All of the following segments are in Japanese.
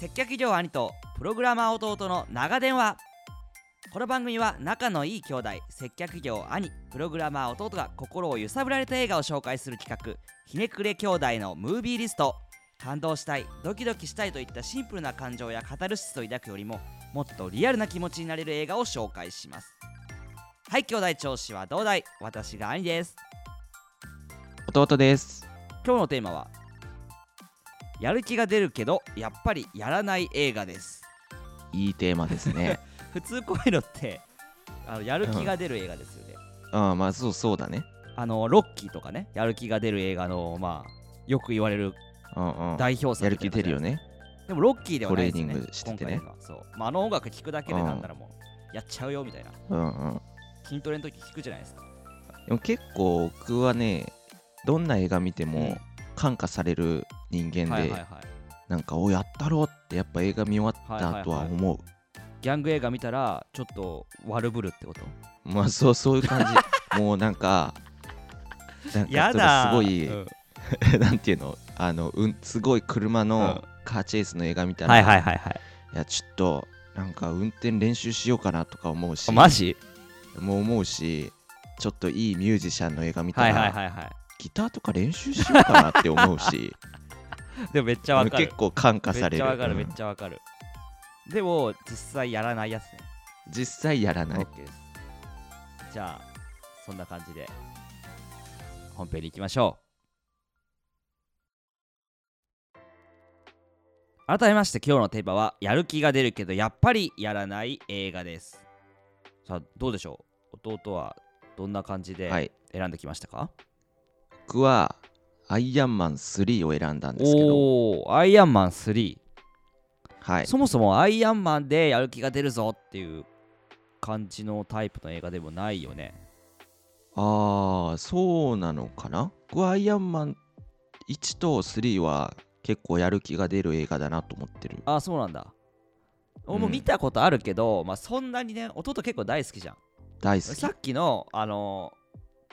接客業兄とプログラマー弟の長電話この番組は仲のいい兄弟接客業兄プログラマー弟が心を揺さぶられた映画を紹介する企画「ひねくれ兄弟のムービーリスト」感動したいドキドキしたいといったシンプルな感情やカタルシスを抱くよりももっとリアルな気持ちになれる映画を紹介しますはい兄弟調子はどうだい私が兄です弟です今日のテーマはやる気が出るけどやっぱりやらない映画ですいいテーマです ね普通こういうのってあのやる気が出る映画ですよね、ああまあそうそうだねあのロッキーとかねやる気が出る映画のまあよく言われるうんうん代表作やる気出るよねねでもロッキーではないですねトレーニングしててね今回のがそう、まあ、あの音楽聴くだけでなんならもうやっちゃうよみたいなうんうん筋トレの時聴くじゃないですかでも結構僕はねどんな映画見てうんも感化される人間で、はいはいはいなんかおやったろうってやっぱ映画見終わったとは思う、ギャング映画見たらちょっと悪ぶるってことまあそうそういう感 じもうなんかなんかやそれだすごい、うん なんていうのあの、うん、すごい車のカーチェイスの映画見たら、はいはいはいはいやちょっとなんか運転練習しようかなとか思うしいマジもう思うしちょっといいミュージシャンの映画見たはら、いはいはいはギターとか練習しようかなって思う しいでもめっちゃわかる結構感化さめれっちるゃわかるうんめっちゃわかるでも実際やらないやつね実際やらない OK ですじゃあそんな感じで本編に行きましょう改めまして今日のテーマはやる気が出るけどやっぱりやらない映画ですさあどうでしょう弟はどんな感じはでい選んできましたか、僕はアイアンマン3を選んだんですけど、おおアイアンマン3、はい、そもそもアイアンマンでやる気が出るぞっていう感じのタイプの映画でもないよねああそうなのかな僕はアイアンマン1と3は結構やる気が出る映画だなと思ってるあそうなんだ俺もうん見たことあるけど、まあそんなにね弟結構大好きじゃん大好きさっきのあのー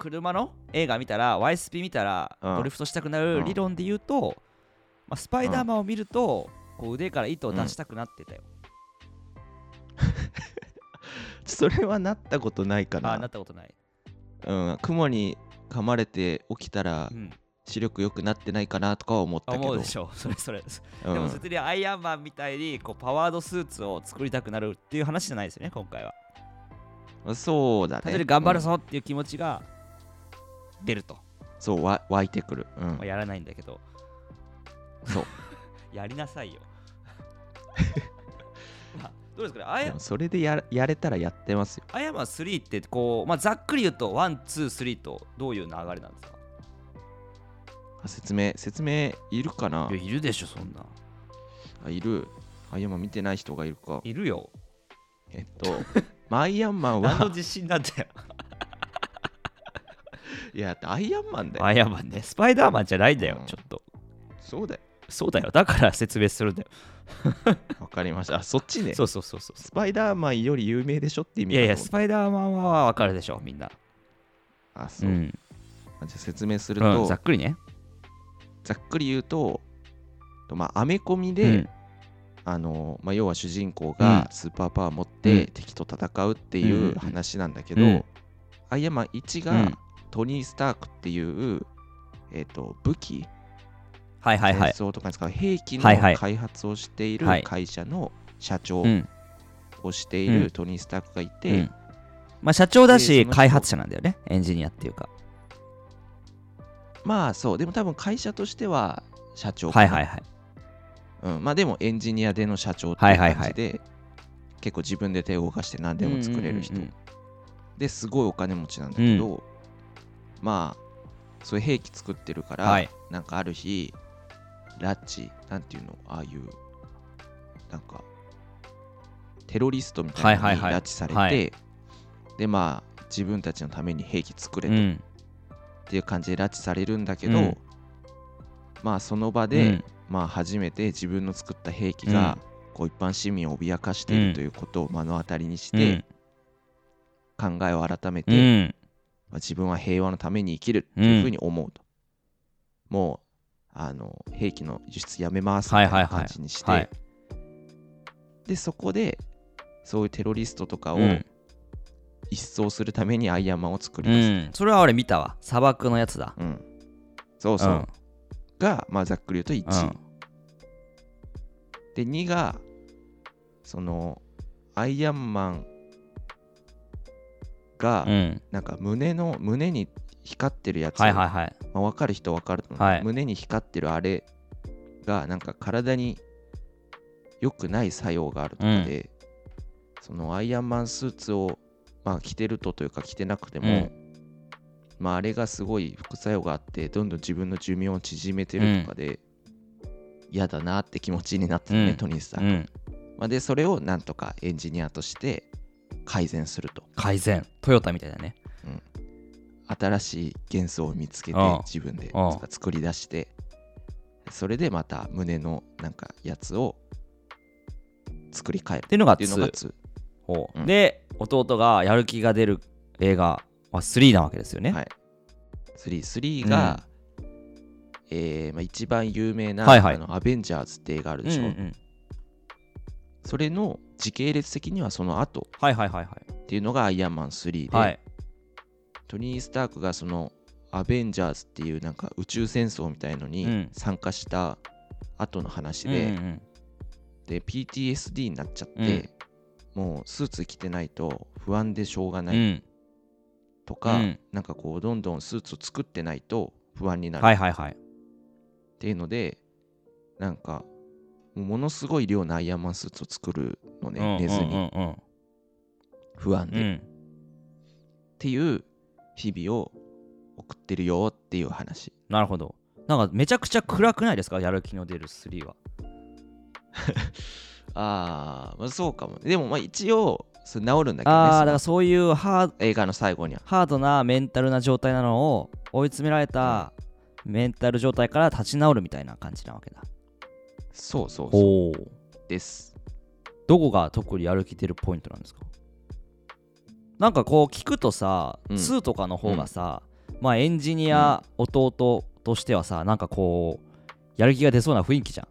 車の映画見たら YSP 見たらうんドリフトしたくなうるん理論で言うと、まあ、スパイダーマンを見ると、こう腕から糸を出したくなってたよ、それはなったことないかあなあなったことない、うん、雲に噛まれて起きたらうん、視力良くなってないかなとかは思ったけ思どうでしょ それそれうんでも別にアイアンマンみたいにこうパワードスーツを作りたくなるっていう話じゃないですよね今回はそうだ単純ねに頑張るぞっていう気持ちが出ると、うんそうわ湧いてくる、うんまあ、やらないんだけど そうやりなさ いよまあどうですかねアでイもそれでややれたらやってますよアイアンマン3ってこう、まあ、ざっくり言うとワンツースリーとどういう流れなんですかあ説明説明いるかないるでしょそんなあいるあ今見てない人がいるかいるよえっと まあアイアンマン何のは自信なん だよいやだってアイアンマンだよアイアンマンねスパイダーマンじゃないんだよ、うんちょっとそうだよそうだよだから説明するんだよ、わかりましたあそっちねそうそうそうそうスパイダーマンより有名でしょって意味いやいかやと思スっパイダーマンはわかるでしょみんなたあそう、んあじゃあ説明すると、うんざざっくりねっくり言うととまあアメコミで、うんあのまあ、要は主人う公んがスーパーパワー持っうんて敵と戦うってうんうんういんう話なんだけど、うんアイアンマン1うがんトニー・スタークっていう、えっと武器、はいはい戦はい争とかに使う兵器のはいはい開発をしているはい会社の社長うんをしていうんるトニー・スタークがいて、うんまあ社長だでしその人開発者なんだよねエンジニアっていうかまあそうでも多分会社としては社長かはないはいはいうん、まあでもエンジニアでの社長ってはいいうはい感はいじで、結構自分で手を動かして何でも作れる人、うんうんうんですごいお金持ちなんだけど、まあそういう兵器作ってるから、はいなんかある日拉致なんていうのああいうなんかテロリストみたいなはいのにはいはい拉致されて、はいでまあ自分たちのために兵器作れうとっんていう感じで拉致されるんだけど、うんまあその場で、うんまあ初めて自分の作った兵器がこう一般市民を脅かしているということを目の当たりにしうてん考えを改めうてんまあ自分は平和のために生きるっていうふうに思うと、もうあの兵器の輸出やめますみはいはたいいはいな感じにして、はいでそこでそういうテロリストとかをうん、一掃するためにアイアンマンを作りうます。ん、それは俺見たわ砂漠のやつだうんそうそう、んが、まあ、ざっくり言うとう1、んで2がそのアイアンマンが、うんなんか胸の胸に光ってるやつ、はいはいはいまあ、分かる人分かると思う、はい胸に光ってるあれがなんか体に良くない作用があるとかで、そのアイアンマンスーツを、まあ、着てるとというか着てなくても、うんまあ、あれがすごい副作用があってどんどん自分の寿命を縮めてるとかで嫌、だなって気持ちになったのね、うんトニーさ、うんんまあ、でそれをなんとかエンジニアとして改善すると改善トヨタみたいだね新しい元素を見つけてうん自分でうんつか作り出してそれでまた胸のなんかやつを作り変えるっていうのがっていうのが2 2ほううんで弟がやる気が出る映画は3なわけですよね、はい33が、えーまあ、一番有名な、はいはいあのアベンジャーズって映画あうるでんうしょ、ん、それの時系列的にはその後はいはいはいはっていうのがアイアンマン3いで、はいトニー・スタークがそのアベンジャーズっていうなんか宇宙戦争みたいのうにん参加した後の話うんうで、んで PTSD になっちゃって、もうスーツ着てないと不安でしょうがうんなういんとか、うんなんかこうどんどんスーツを作ってないと不安になはるいはいはいっていうので、なんかもうものすごい量のアイアンマンスーツを作るのね、寝ずうんにうん不安で、うんうっんていう日々を送ってるよっていう話なるほどなんかめちゃくちゃ暗くないですかやる気の出る3はあー、まあそうかもでもまあ一応それ治るんだけどねああそだかのらそういうハー映画の最後にはハードなメンタルな状態なのを追い詰められたメンタル状態から立ち直るみたいな感じなわけだそうそうそうおおーですどこが特にやる気出るポイントなんですかなんかこう聞くとさ、うん2とかの方がさ、まあエンジニア弟としてはさなんかこうやる気が出そうな雰囲気じゃん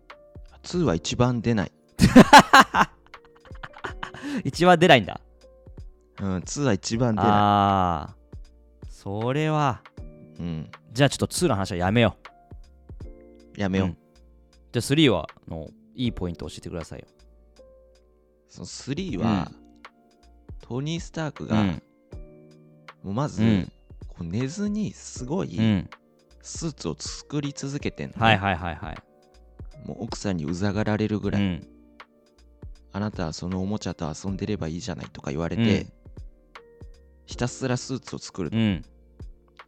2は一番出ない一番出ないんだうん、2は一番出あな。ーそれはいうん、じゃあちょっと2の話はやめようやめよう。うんじゃあ3はのいいポイント教えてくださいよその3は、トニー・スタークが、うんもうまず、うんこう寝ずにすごういんスーツを作り続けてんのね、はいはいはいはいもう奥さんにうざがられるぐらい、うんあなたはそのおもちゃと遊んでればいいじゃないとか言われて、うんひたすらスーツを作る、うん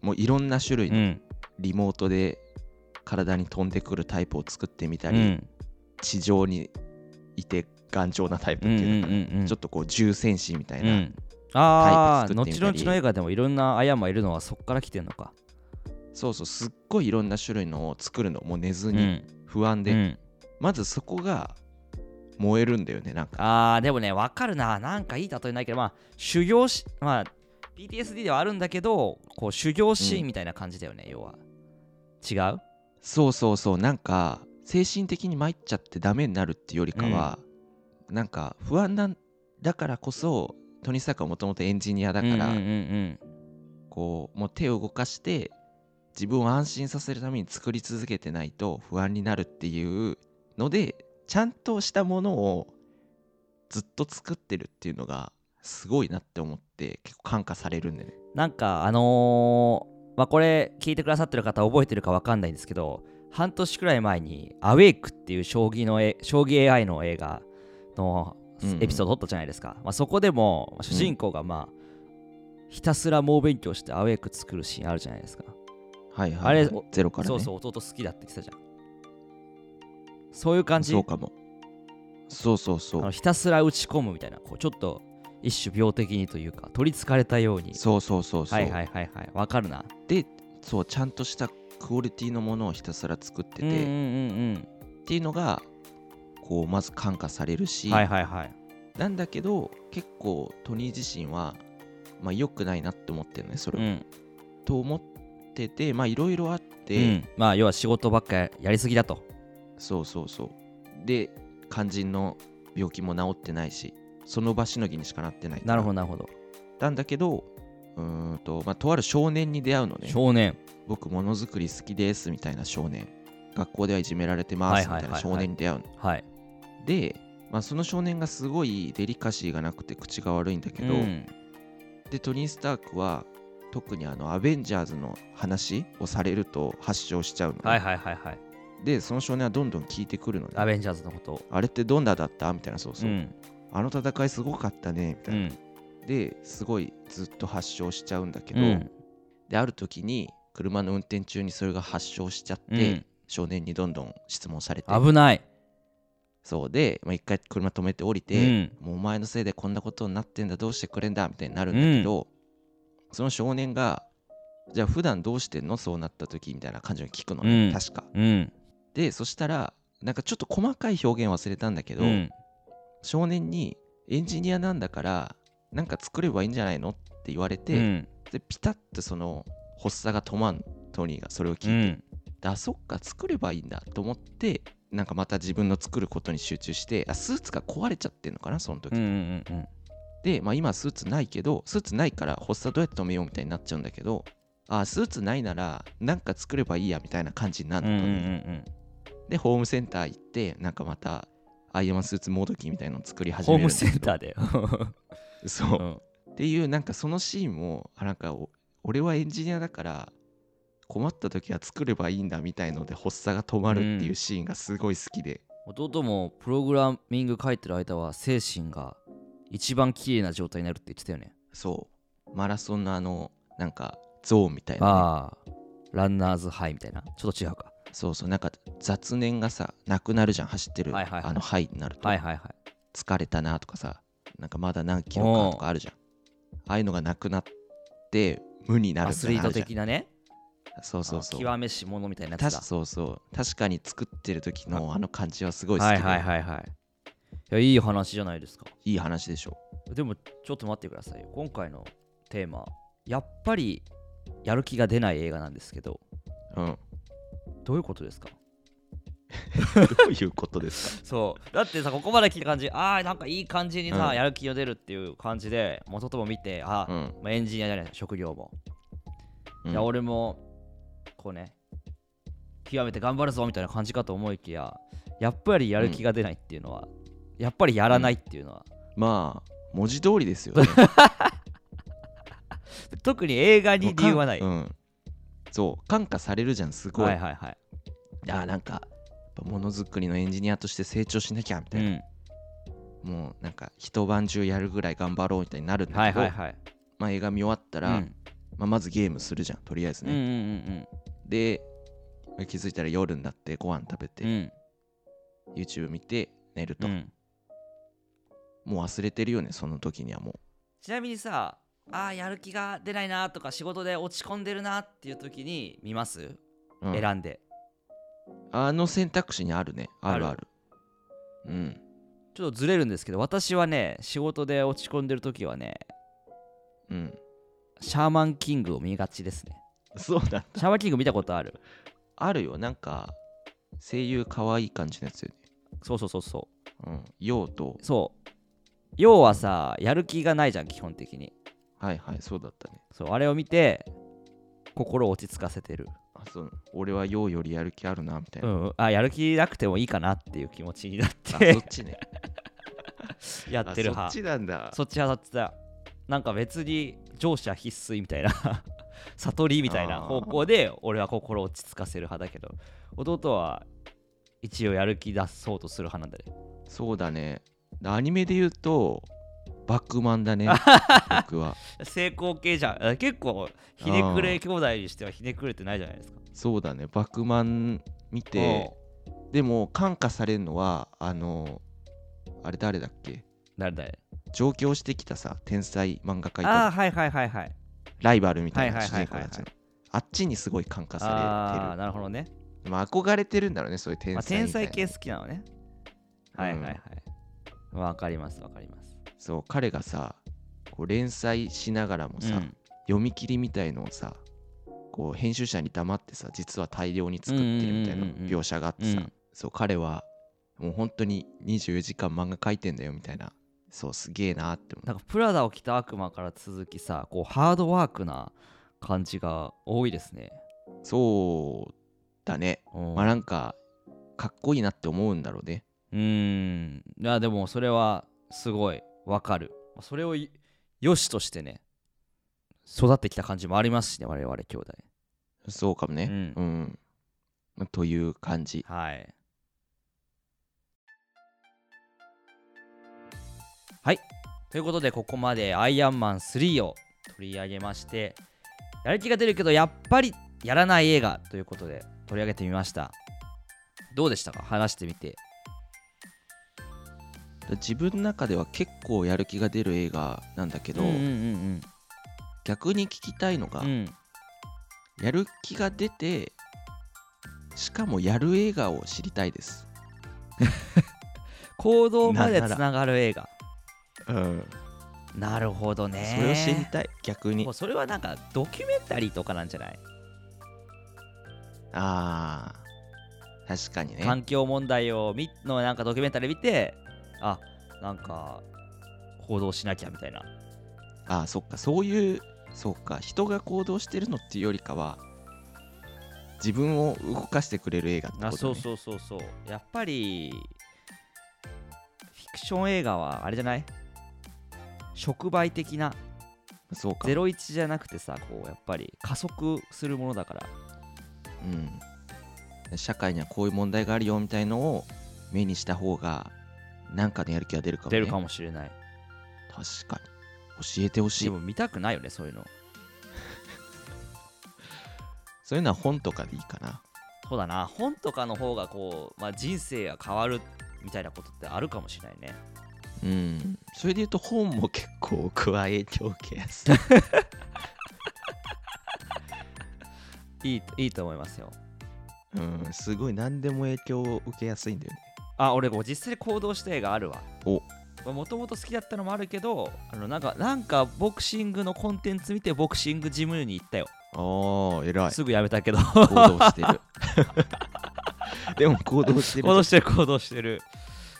もういろんな種類うのんリモートで体に飛んでくるタイプを作ってみたうんうり、ん地上にいて頑丈なタイプうっんていうのかな、うんちょっとこう重戦士みたいな、うん、ああタイプ作ってみ後たり々の映画でもいろんなアイアンマンいるのはそっから来てんのかそうそうすっごいいろんな種類のを作るのもう寝ずうにん不安で、うんまずそこが燃えるんだよねなんかあーでもねわかるななんかいい例えないけどまあ修行しまあ PTSD ではあるんだけどこう修行シーンみたいな感じだよね、要は違うそうそうそうなんか精神的に参っちゃってダメになるっていうよりかは、なんか不安なんだからこそトニー・スタークはもともとエンジニアだから、うんうんうんこうもう手を動かして自分を安心させるために作り続けてないと不安になるっていうのでちゃんとしたものをずっと作ってるっていうのがすごいなって思って結構感化されるんでねうんなんかあのーまあこれ聞いてくださってる方覚えてるかわかんないんですけど半年くらい前に「アウェイク」っていう将棋のえ将棋 AI の映画のうんうんエピソード撮ったじゃないですか、まあ、そこでもまあ主人公がまあ、ひたすら猛勉強してアウェイク作るシーンあるじゃないですかはいあはいれはい、おゼロからねそうそう弟好きだって言ってたじゃんそういう感じそうかもそうそうそあのうひたすら打ち込むみたいなこうちょっと一種病的にというか取りつかれたようにそうそうそうそう、はいはいはいはいわかるなでそうちゃんとしたクオリティのものをひたすら作ってて、うんうんっうんていうのがこうまず感化されるうし、んはいはいはいなんだけど結構トニー自身は、まあ、良くないなって思ってるねそれうを、んと思っててまあいろいろあっうて、んまあ要は仕事ばっかやりすぎだとそうそうそうで肝心の病気も治ってないしその場しのぎにしかなってないなるほどなるほどなんだけどうーんと、まあ、とある少年に出会うのね少年僕ものづくり好きですみたいな少年学校ではいじめられてますみはいたはいいはいはない少年に出会うの、はいで、まあ、その少年がすごいデリカシーがなくて口が悪いんだけど、うんでトニー・スタークは特にあのアベンジャーズの話をされると発症しちゃうのね、はいはいはいはいでその少年はどんどん聞いてくるのねアベンジャーズのことをあれってどんなだったみたいなそうそう、んあの戦いすごかったねみたういな、んですごいずっと発症しちゃうんだけど、うんである時に車の運転中にそれが発症しちゃって、うん少年にどんどん質問されて危ないそうで、まあ、一回車止めて降りうて、んもうお前のせいでこんなことになってんだどうしてくれんだみたいになるんだけど、その少年がじゃあ普段どうしてんのそうなった時みたいな感じに聞くのね、うん確かうんでそしたらなんかちょっと細かい表現忘れたんだけど、うん少年にエンジニアなんだからなんか作ればいいんじゃないのって言われて、うんでピタッとその発作が止まんトニーがそれを聞いて、うんであそっか作ればいいんだと思ってなんかまた自分の作ることに集中してあスーツが壊れちゃってんのかなその時、うんうんうんで、まあ、今スーツないけどスーツないから発作どうやって止めようみたいになっちゃうんだけどあスーツないならなんか作ればいいやみたいな感じになうんるうんの、うんねうんでホームセンター行ってなんかまたアイアンスーツモードキーみたいなのを作り始ホめーるんムだけセどンターでそううんっていうなんかそのシーンもあなんかお俺はエンジニアだから困った時は作ればいいんだみたいので発作が止まるっていうシーンがすごい好きで、弟もプログラミング書いてる間は精神が一番綺麗な状態になるって言ってたよねそうマラソンのあのなんかゾーンみたいなね、ああランナーズハイみたいなちょっと違うかそうそうなんか雑念がさなくなるじゃん走ってる、はいはいはいあのハイになると、はいはいはい疲れたなとかさなんかまだ何キロかとかあるじゃんああいうのがなくなって無になるアみスたいリなーのあトるじゃん的なねそうそうそうあの極めし者みたいなやつだ確そうそう確かに作ってる時のあの感じはすごい好きはで、いはいはいはいいやいい話じゃないですかいい話でしょでもちょっと待ってくださいよ今回のテーマやっぱりやる気が出ない映画なんですけどう。うん。どういうことですかどういうことですかそうだってさここまで聞いた感じああなんかいい感じにさ、うんやる気が出るっていう感じで元とも見てあー、 うん。まあエンジニアじゃない職業も、うんいや俺もこうね極めて頑張るぞみたいな感じかと思いきややっぱりやる気が出ないっていうのは、やっぱりやらないっていうのは、まあ、文字通りです よね。特に映画に理由はない、うん。そう、感化されるじゃん、すごい。はいい、はいはい、や、なんか、やっぱものづくりのエンジニアとして成長しなきゃみたういな、ん、もうなんか一晩中やるぐらい頑張ろうみたいになるんだはいけど、はいはいまあ映画見終わったら、うんまあ、まずゲームするじゃんとりあえずうんうんね、で気づいたら夜になってご飯食べうんうんうんて、YouTube 見て寝るうと、んもう忘れてるよねその時にはもちなみにさあーやる気が出ないなとか仕事で落ち込んでるなっていう時に見ます、う、うん選んであの選択肢にあるねあるああるうんちょっとずれるんですけど私はね仕事で落ち込んでる時はねうん シャーマンキングを見がちですねそうだシャーマンキング見たことあるあるよなんか声優可愛い感じのやつよそうそうそうそねうん用とうそう要はさやる気がないじゃん基本的にはいはいそうだったねそうあれを見て心を落ち着かせてる、あそう俺は用よりやる気あるなみたいうな、ん、あやる気なくてもいいかなっていう気持ちになっあそてっちね やあってるそっ派ちなんだそっち派だってたなんか別に乗車必須みたいな 悟りみたいなあー方向で俺は心落ち着かせる派だけど弟は一応やる気出そうとする派なんだねそうだねでアニメで言うとバックマンだね 僕は成功系じゃんあ結構ひねくれ兄弟にしてはひねくれてないじゃないですかそうだねバックマン見てでも感化されるのはあのあれ誰だっけ誰だい上京してきたさ天才漫画家いたじゃんああはいはいはいはいライバルみたいなはい主はいはいはい人公はいたちのあっちにすごい感化ああーさなるほどね、れてるまあ憧れてるんだろうねそういう天才まあ、みたいな天才系好きなのねはいはいはいわ、かりますわかりますそう彼がさこう連載しながらもさ、うん読み切りみたいのをさこう編集者に黙ってさ実は大量に作ってるみたいなうんうんうんうんうん描写があってさ、うんそう彼はもう本当に24時間漫画描いてんだよみたいなそうすげえなって思うなんかプラダを着た悪魔から続きさこうハードワークな感じが多いですね、そうだねうんまあなんかかっこいいなって思うんだろうねうーんいやでもそれはすごいわかるそれをい良しとしてね育ってきた感じもありますしね我々兄弟そうかもねううん、という感じはいはいということでここまでアイアンマン3を取り上げましてやる気が出るけどやっぱりやらない映画ということで取り上げてみましたどうでしたか話してみて自分の中では結構やる気が出る映画なんだけど、うんうん逆に聞きたいのが、うんうんやる気が出てしかもやる映画を知りたいです、行動までなんならつながる映画うん、なるほどねそれを知りたい逆にもうそれはなんかドキュメンタリーとかなんじゃない、あー確かにね環境問題をみのなんかドキュメンタリー見てあなんか報道しなきゃみたいなあーそっかそういうそうか人が行動してるのっていうよりかは自分を動かしてくれる映画ってこと、ね、あそうそうそうそうやっぱりフィクション映画はあれじゃない触媒的なそうか01じゃなくてさこうやっぱり加速するものだからうん、社会にはこういう問題があるよみたいのを目にした方がなんかのやる気が出るかも、ね、出るかもしれない確かに教えてほしでいも見たくないよねそういうのそういうのは本とかでいいかなそうだな本とかの方がこう、まあ、人生が変わるみたいなことってあるかもしれないねうんそれで言うと本も結構僕は影響を受けや すいいいいいと思いますようんすごい何でも影響を受けやすいんだよねあ俺こう実際に行動した映画あるわおもともと好きだったのもあるけどあのなんかなんかボクシングのコンテンツ見てボクシングジムに行ったよ、ああ偉いすぐやめた けど行 動してるでも行動してる行動してる行動してる、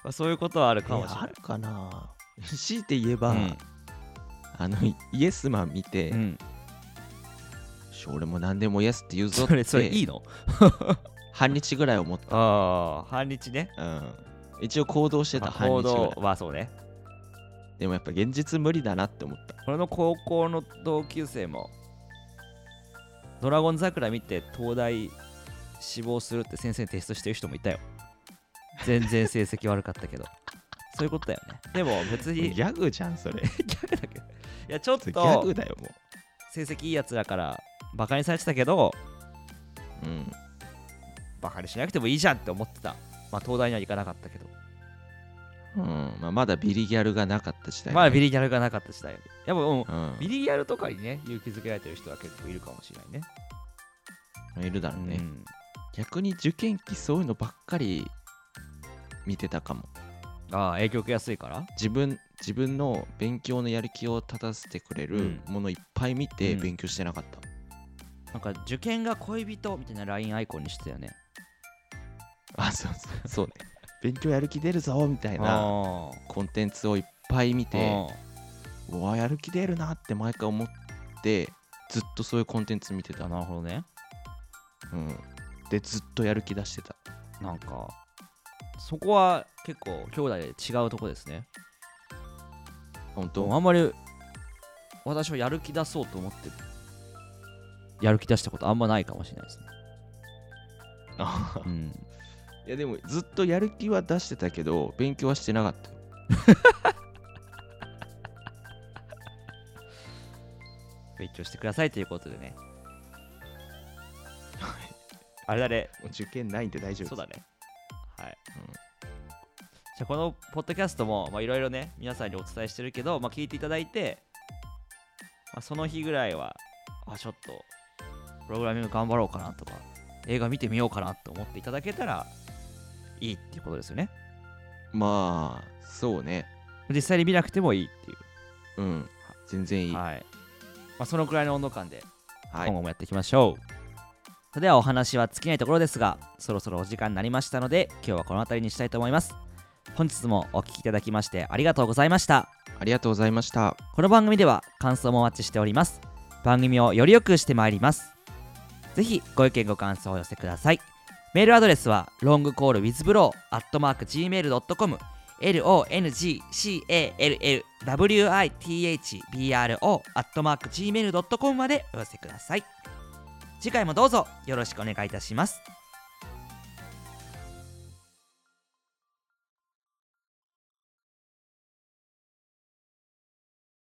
まあ、そういうことはあるかもしれいやなあいるかな強いて言えば、うんあのイエスマン見て、うん、俺も何でもイエスって言うぞっそれそれいていの半日ぐらい思っああ半日ねた、うん、一応行動してたまあ半行日ぐら動いはそうねでもやっぱ現実無理だなって思った俺の高校の同級生も「ドラゴン桜」見て東大志望するって先生にテストしてる人もいたよ全然成績悪かったけど そういうことだよねでも別に ギャグじゃんそれギいやちょっャとグだよも成績いいやつだからバカにされてたけどう、うん、バカにしなくてもいいじゃんって思ってたまあ東大には行かなかったけどうんまあ、まだビリギャルがなかった時代、ね、まあビリギャルがなかった時代やっぱもううんビリギャルとかにね勇気づけられてる人は結構いるかもしれないねいるだろうね、うん逆に受験期そういうのばっかり見てたかもああ影響受けやすいから自分自分の勉強のやる気を立たせてくれるものいっぱい見てうん勉強してなかった、なんか受験が恋人みたいな LINE アイコンにしてたよね。あそうそう そうね勉強やる気出るぞみたいなあコンテンツをいっぱい見てーうわやる気出るなって毎回思ってずっとそういうコンテンツ見てあた、なるほどね。うん、でずっとやる気出してたなんかそこは結構兄弟で違うとこですね。本当あんまり私はやる気出そうと思ってやる気出したことあんまないかもしれないですね。あうん、いやでもずっとやる気は出してたけど勉強はしてなかったよ勉強してくださいということでね。あれだね。もう受験ないんで大丈夫ですそうだね。はい。うんじゃあこのポッドキャストもまあいろいろね皆さんにお伝えしてるけど、まあ、聞いていただいて、まあ、その日ぐらいはあちょっとプログラミング頑張ろうかなとか映画見てみようかなと思っていただけたらいいっていうことですよねまあそうね実際に見なくてもいいっていううん全然いいははいまあ、そのくらいの温度感でい今後もやっていきましょう、それではお話は尽きないところですがそろそろお時間になりましたので今日はこの辺りにしたいと思います本日もお聴きいただきましてありがとうございましたありがとうございましたこの番組では感想もお待ちしております番組をより良くしてまいりますぜひご意見ご感想をお寄せくださいメールアドレスはロングコール withbro.gmail.com longcallwithbro.gmail.com までお寄せください次回もどうぞよろしくお願いいたします